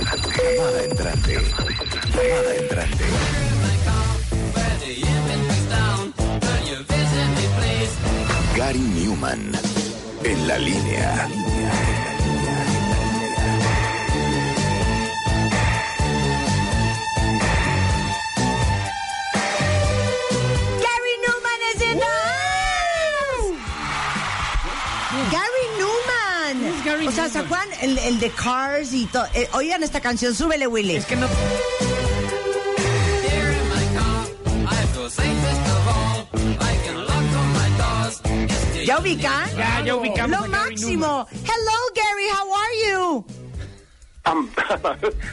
Llamada entrante. Llamada entrante. Gary Newman en la línea. Gary Newman is in the house. Gary Newman. Who's Gary o sea, ¿se Newman? acuerdan? El, el de Cars y todo. Eh, oigan esta canción, súbele, Willy. Es que no. Here in my car, I feel safest of all. I can lock all my doors. It's the ¿Ya ubican? Ya, ya ubicamos. Lo a Gary máximo. Hello, Gary. How are you? Um,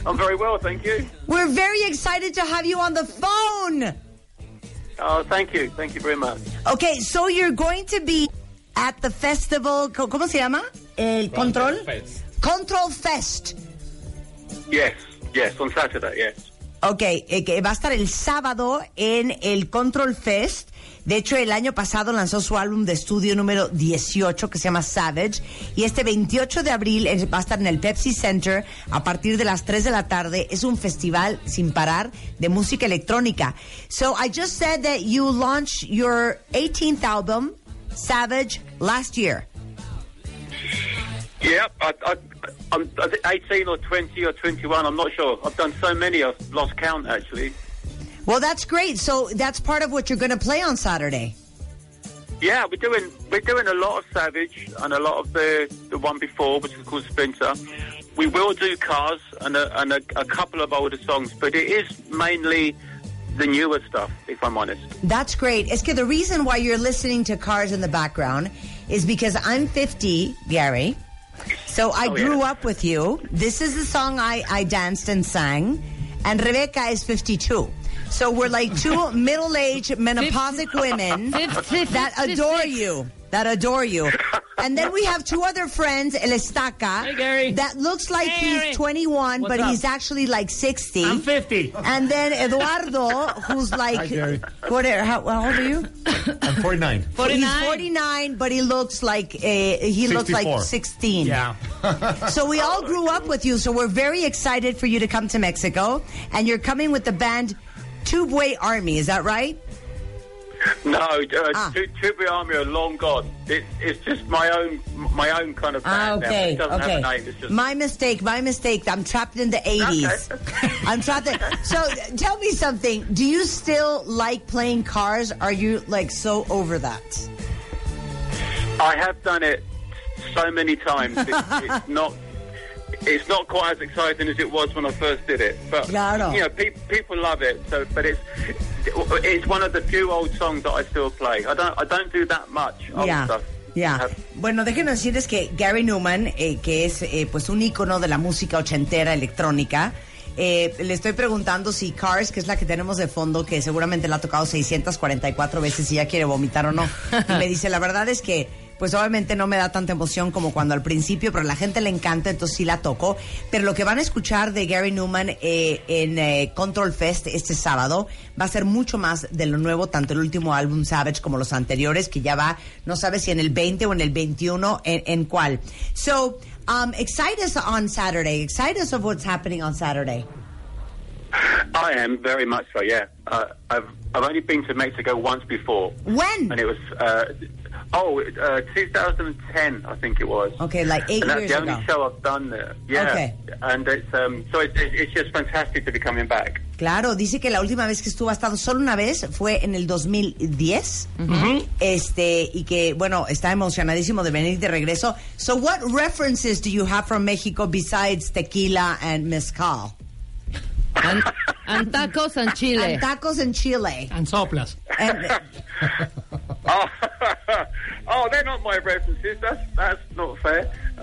I'm very well, thank you. We're very excited to have you on the phone. Oh, thank you, thank you very much. Okay, so you're going to be at the festival. co- ¿Cómo se llama? El control. Control Fest. Yes, yes, on Saturday, yes. Ok, eh, que va a estar el sábado en el Control Fest. De hecho, el año pasado lanzó su álbum de estudio número 18 que se llama Savage. Y este 28 de abril eh, va a estar en el Pepsi Center a partir de las 3 de la tarde. Es un festival sin parar de música electrónica. So I just said that you launched your 18th album, Savage, last year. Yep, I, I, I'm I think 18 or 20 or 21, I'm not sure. I've done so many, I've lost count actually. Well, that's great. So that's part of what you're going to play on Saturday. Yeah, we're doing we're doing a lot of Savage and a lot of the the one before, which is called Sprinter. We will do Cars and a, and a, a couple of older songs, but it is mainly the newer stuff, if I'm honest. That's great. Es que the reason why you're listening to cars in the background is because I'm 50, Gary. So I Oh, yeah. grew up with you. This is the song I, I danced and sang. And Rebecca is 52. So we're like two middle aged menopausic women that adore you. That adore you. And then we have two other friends, El Estaca, Hey, Gary. that looks like Hey, Gary. he's 21, What's but up? he's actually like 60. I'm 50. And then Eduardo, who's like, Gary. what? are- How, how old are you? I'm 49. He's 49, but he looks like uh, he looks like 64. 16. Yeah. So we all grew up with you. So we're very excited for you to come to Mexico, and you're coming with the band Tubeway Army. Is that right? No, uh, Ah. Tu- Tubi Army are long gone. It, it's just my own, my own kind of Ah, band. now. It doesn't have a name. It's just My mistake. My mistake. I'm trapped in the 80s. I'm trapped. In, so tell me something. Do you still like playing cars? Are you like so over that? I have done it so many times. It's, it's not. It's not quite as exciting as it was when I first did it, but Claro. you know, pe- people love it. So, but it's it's one of the few old songs that I still play. I don't I don't do that much old Ya, stuff. ya. Have- Bueno, déjenos decirles que Gary Newman, eh, que es eh, pues un ícono de la música ochentera electrónica, eh, le estoy preguntando si Cars, que es la que tenemos de fondo, que seguramente la ha tocado 644 veces y ya quiere vomitar o no, y me dice, la verdad es que pues obviamente no me da tanta emoción como cuando al principio, pero a la gente le encanta, entonces sí la toco. Pero lo que van a escuchar de Gary Newman eh, en eh, Control Fest este sábado va a ser mucho más de lo nuevo, tanto el último álbum Savage como los anteriores, que ya va, no sabes si en el 20 o en el 21, en, en cuál. So, um, excite us on Saturday. Excite us of what's happening on Saturday. I am very much so. Yeah, uh, I've I've only been to Mexico once before. When? And it was uh, oh, uh, 2010, I think it was. Okay, like eight and that's years the only ago. show I've done there. Yeah. Okay. And it's um, so it's it's it's just fantastic to be coming back. Claro, dice que la última vez que estuvo ha estado solo una vez fue en el 2010. Este y que bueno, está emocionadísimo de venir de regreso. So what references do you have from Mexico besides tequila and mezcal? And, and tacos and chile. And tacos in Chile. And soplas. And- Oh, oh, they're not my references. That's that's not fair.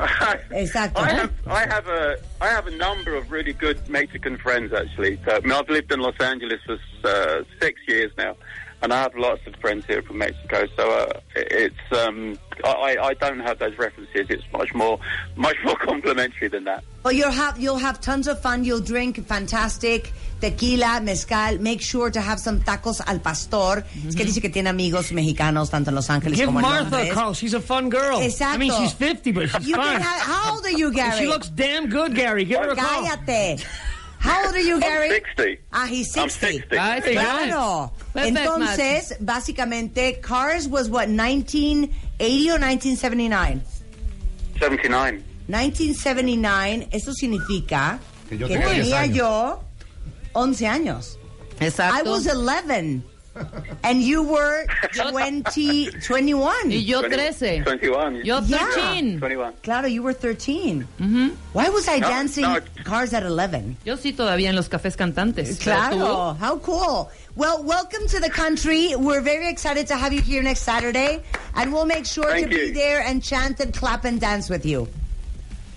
Exacto. I have I have a I have a number of really good Mexican friends actually. So, I mean, I've lived in Los Angeles for uh, six years now, and I have lots of friends here from Mexico. So uh, it's um, I, I I don't have those references. It's much more much more complimentary than that. well, oh, you'll have you'll have tons of fun. You'll drink fantastic tequila, mezcal. Make sure to have some tacos al pastor. Es que dice que tiene amigos mexicanos tanto en Los Ángeles Give como en Martha Londres. a call. She's a fun girl. Exacto. I mean, she's 50, but she's You fun. can have- how old are you, Gary? She looks damn good, Gary. Give her a call. Cállate. How old are you, Gary? 60. Ah, he's I'm 60. 60. Ah, Ahí te Claro. Perfect Entonces, básicamente, Cars was what, 1980 o 1979? 79. 1979, eso significa Que que, yo tenía 10 tenía años. yo 11 años. I Exacto. was 11 and you were 20, 21. Y yo 20 13. 21. Yo Yeah. 13. 21. Claro, you were 13. Why was I No, dancing no. Cars at 11? Yo sí todavía en los cafés cantantes. pero Claro. How cool. Well, welcome to the country. We're very excited to have you here next Saturday, and we'll make sure Thank to be you. there and chant and clap and dance with you.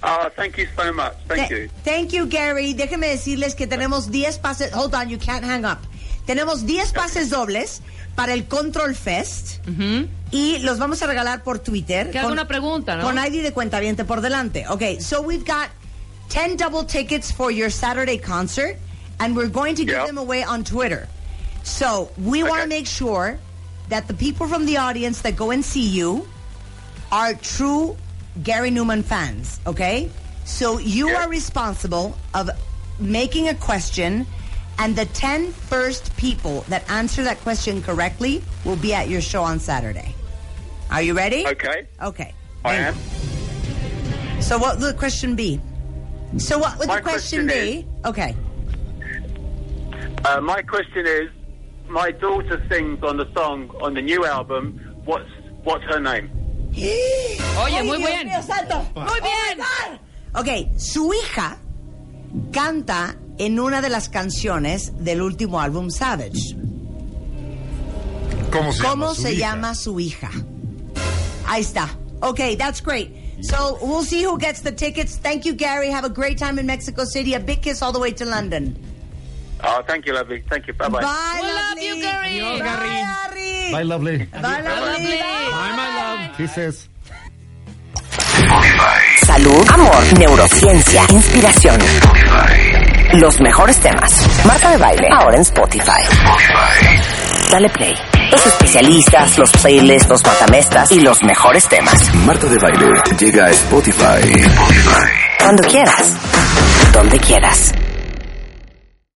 Oh, thank you so much. Thank Th- you. Thank you, Gary. Déjenme decirles que tenemos 10 pases. Hold on, you can't hang up. Tenemos 10 pases dobles para el Control Fest y los vamos a regalar por Twitter. Que haga una pregunta, ¿no? Con ID de cuenta por delante. Okay, so we've got 10 double tickets for your Saturday concert and we're going to give Yeah. them away on Twitter. So we want to Okay. make sure that the people from the audience that go and see you are true Gary Newman fans, okay? So you Yeah. are responsible of making a question and the 10 first people that answer that question correctly will be at your show on Saturday. Are you ready? Okay. Okay. I am. So what would the question be? So what would My the question, question be? Okay. Uh, my question is, my daughter sings on the song on the new album. What's what's her name? Oye, Ay, muy Dios bien. mío santo. Muy bien. Ok, su hija canta en una de las canciones del último álbum Savage. ¿Cómo se ¿Cómo llama? su se hija? llama su hija? Ahí está. Okay, that's great. So we'll see who gets the tickets. Thank you, Gary. Have a great time in Mexico City. A big kiss all the way to London. Oh, thank you, lovely. Thank you. Bye Bye, bye. We love lovely. you, Gary. Adiós, Bye, Gary. Harry. Bye, lovely. Bye, lovely. Lovely. Bye, my love. Kisses. Salud, amor, neurociencia, inspiración. Los mejores temas. Marta de baile, ahora en Spotify. Dale play. Los especialistas, los playlists, los matamestas y los mejores temas. Marta de Baile llega a Spotify. Cuando quieras, donde quieras.